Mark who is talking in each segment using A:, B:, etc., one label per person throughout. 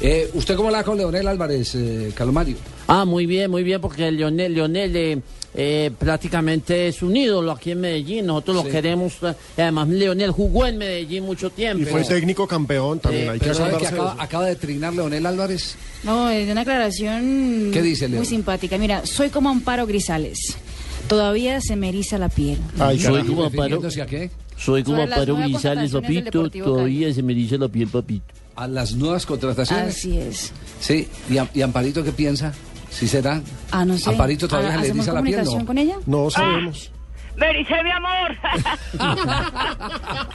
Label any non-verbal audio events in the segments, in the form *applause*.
A: Eh, ¿Usted cómo la con Leonel Álvarez, eh, Calomario?
B: Ah, muy bien, muy bien, porque Leonel, Leonel eh, eh, prácticamente es un ídolo aquí en Medellín. Nosotros
A: Sí.
B: lo queremos. eh, y además, Leonel jugó en Medellín mucho tiempo.
C: Y fue
B: Pero-
C: técnico campeón también,
B: Eh,
C: hay que
A: Pero sabe que
C: acordarse de
A: acaba,
C: eso.
A: acaba de trinar Leonel Álvarez.
D: No, es una aclaración
A: ¿Qué dice, Leo?
D: muy simpática. Mira, soy como Amparo Grisales. Todavía se me eriza la piel.
C: Ay,
B: Soy
C: carajo.
B: como Amparo,
A: ¿Refiriéndose a qué?
B: soy como
D: Sobre las
B: Amparo
D: nuevas
B: Grisales,
D: contrataciones del
B: papito.
D: Deportivo
B: Todavía se me dice la piel, papito.
A: A las nuevas contrataciones.
D: Así es.
A: Sí, y, Am- y Amparito, ¿qué piensa? ¿Sí será?
D: Ah, no sé.
A: ¿Amparito todavía
D: Ah,
A: se le
D: ¿hacemos
A: eriza la piel?
D: comunicación
A: No.
D: con ella?
C: No sabemos.
E: Verice, mi amor.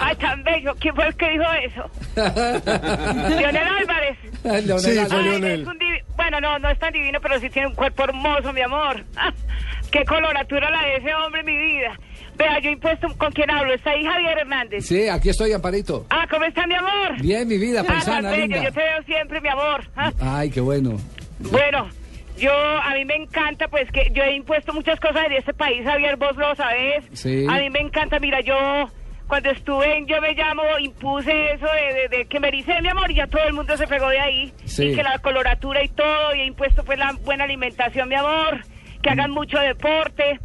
E: *laughs* Ay, tan bello. ¿Quién fue el que dijo
A: *laughs*
E: eso? Leonel Álvarez.
A: Leonel
C: Sí,
A: Álvarez.
C: fue
E: Ay,
C: Leonel.
E: es un divi- Bueno, no, no es tan divino, pero sí tiene un cuerpo hermoso, mi amor. *laughs* Qué coloratura la de ese hombre, mi vida. Vea, yo impuesto con quién hablo. Está ahí Javier Hernández.
A: Sí, aquí estoy, Amparito.
E: Ah, ¿cómo está, mi amor?
A: Bien, mi vida,
E: Ah, tan
A: paisana,
E: bello.
A: linda.
E: Yo te veo siempre, mi amor.
A: Ay, qué bueno.
E: Bueno, yo a mí me encanta, pues que yo he impuesto muchas cosas en este país, Javier, vos lo sabés.
A: Sí.
E: A mí me encanta, mira, yo cuando estuve en Yo Me Llamo, impuse eso de, de- de que me ericé, mi amor, y ya todo el mundo se pegó de ahí.
A: Sí.
E: Y que la coloratura y todo, y he impuesto pues la buena alimentación, mi amor, que hagan
A: Mm.
E: mucho deporte.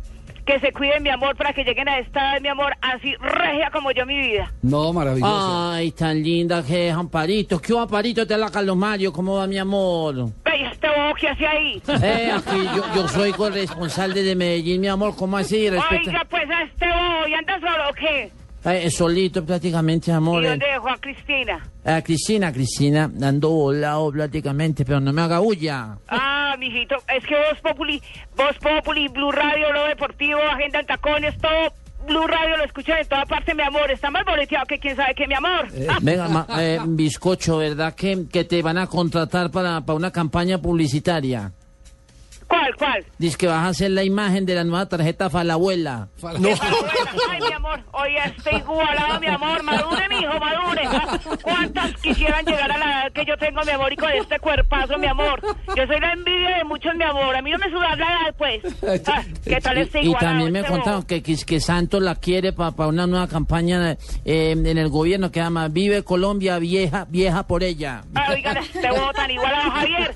E: Que se cuiden, mi amor, para que lleguen a esta edad, mi amor, así regia como yo mi vida.
A: No,
D: Ah,
A: maravilloso.
B: Ay, tan linda que es Amparito. ¿Qué hubo, Amparito? Te la Calomario. ¿Cómo va, mi amor?
E: Ve, ¿y este bobo que
A: *laughs*
E: hace ahí.
B: Eh, aquí yo, yo soy corresponsal desde Medellín, mi amor. ¿Cómo así? Respeta-
E: Oiga, pues a este bobo, ¿y anda solo o qué?
B: Eh, solito prácticamente, amor.
E: ¿Y
B: eh.
E: dónde dejó a Cristina?
B: Ah, Cristina, Cristina, ando volado prácticamente, pero no me haga bulla.
E: Ah, mijito, es que Voz Populi, Voz Populi, Blue Radio, Lo Deportivo, Agenda en Tacones, todo Blue Radio lo escuchan en toda parte, mi amor. Está más boleteado que quién sabe qué, mi amor. Ah,
B: Venga, ma- eh, bizcocho, ¿verdad que, que te van a contratar para, para una campaña publicitaria?
E: ¿Cuál, cuál?
B: Dice que vas a hacer la imagen de la nueva tarjeta Falabuela.
A: No.
E: Esa abuela, Ay, mi amor, hoy estoy igualado, mi amor. Madure, mi hijo, madure. Ah, ¿Cuántas quisieran llegar a la edad que yo tengo, mi amor, y con este cuerpazo, mi amor? Yo soy la envidia de muchos, mi amor. A mí no me suda la edad, pues. Ah, ¿Qué tal este
B: Y, y
E: igualado?
B: también me
E: este
B: contaron
E: bobo?
B: que, que, que Santos la quiere para una nueva campaña eh, en el gobierno que llama Vive Colombia, vieja, vieja por ella.
E: Ay, oigan, Ah, te votan igual a Javier.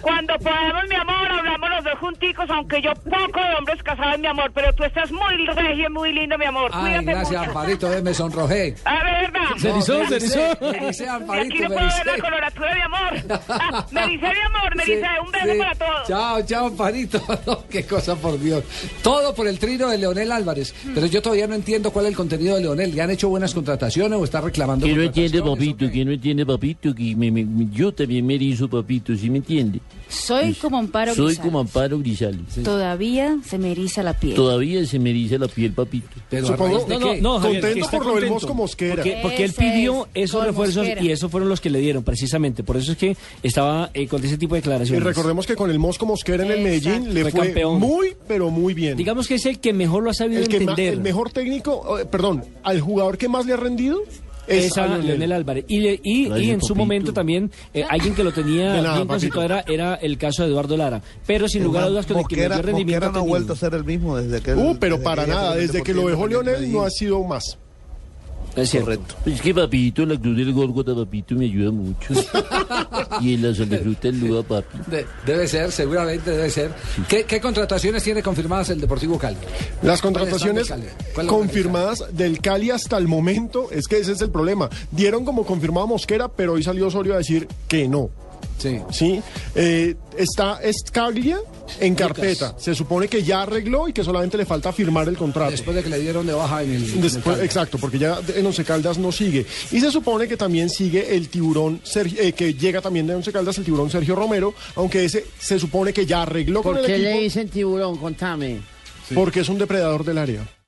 E: Cuando podamos, mi amor, hablamos los dos junticos, aunque yo poco de hombres casados, mi amor, pero tú estás muy regio, y muy lindo, mi amor.
A: Ay,
E: Cuídate
A: gracias,
E: mucho.
A: Amparito. eh, Me sonrojé.
E: A ver, verdad.
A: No,
F: erizó, se
A: felicé,
F: erizó.
A: felicé,
E: Y aquí
A: Amparito,
E: no puedo ver la
A: felicé.
E: coloratura, mi amor. Ah, *laughs* me dice, mi amor, me
A: Sí,
E: dice, un beso
A: sí.
E: para todos.
A: Chao, chao, Amparito. *laughs* No, qué cosa, por Dios. Todo por el trino de Leonel Álvarez.
E: Mm.
A: Pero yo todavía no entiendo cuál es el contenido de Leonel. ¿Le han hecho buenas contrataciones o está reclamando
B: Que no entiende,
A: contrataciones,
B: papito,
A: o qué?
B: que no entiende, papito, que me- me- me- yo también me erizo, papito, ¿sí me entiende?
D: Soy como Amparo
B: Soy
D: Grisales.
B: como Amparo Grisales.
D: Todavía se me eriza la piel.
B: Todavía se me eriza la piel, papito.
A: Pero a
C: Supongo-
A: raíz de
F: No, no,
A: qué?
F: no, Javier,
C: Contento
F: que está
C: por lo del
F: contento.
C: Bosco Mosquera.
F: Porque, porque él
D: Ese
F: pidió
D: es,
F: esos
D: con
F: refuerzos
D: Mosquera.
F: y esos fueron los que le dieron, precisamente. Por eso es que estaba eh, con ese tipo de
C: Y
F: declaraciones.
C: recordemos que con el Mosco Mosquera en el
D: Exacto.
C: Medellín le
F: Fue
C: fue
F: campeón.
C: muy, pero muy bien.
F: Digamos que es el que mejor lo ha sabido
C: el, que ma-
F: entender.
C: el mejor técnico, eh, perdón, al jugador que más le ha rendido es,
F: es
C: a
F: a
C: Leonel.
F: Leonel Álvarez. Y, le- y,
B: Gracias,
F: y en su
B: papito.
F: momento también, eh, alguien que lo tenía
C: De nada,
F: bien constituido era, era el caso de Eduardo Lara. Pero sin lugar a dudas, con el que
G: Mosquera,
F: mayor rendimiento
G: Mosquera
F: ha
G: no ha
F: tenido.
G: vuelto a ser el mismo desde que...
C: Uh,
G: él-
C: pero para
G: que llegó
C: nada,
G: al
C: desde que lo dejó
G: Deportivo
C: Leonel no ha sido más.
F: Es cierto.
G: Correcto.
B: Pues Es que papito, la cruz del Górgota, papito, me ayuda
C: *laughs*
B: mucho. y en la Santa el lugar, papi.
A: De- debe ser, seguramente debe ser. ¿Qué, qué contrataciones tiene confirmadas el Deportivo Cali? ¿Cuáles
C: Las
A: son de
C: contrataciones
A: Cali? ¿Cuál es la
C: confirmadas del Cali hasta el momento, es que ese es el problema. Dieron como confirmado a Mosquera, pero hoy salió Osorio a decir que no.
A: Sí.
C: ¿sí? Eh, está Escaglia en carpeta. Se supone que ya arregló y que solamente le falta firmar el contrato.
A: Después de que le dieron de baja en el. en el
C: Ah, Después-
A: Cali.
C: exacto, porque ya en Once Caldas no sigue. Y se supone que también sigue el tiburón, Sergio- eh, que llega también de Once Caldas el tiburón Sergio Romero, aunque ese se supone que ya arregló con
B: ¿Por
C: el
B: qué le
C: equipo
B: dicen tiburón? Contame.
C: porque es un depredador del área.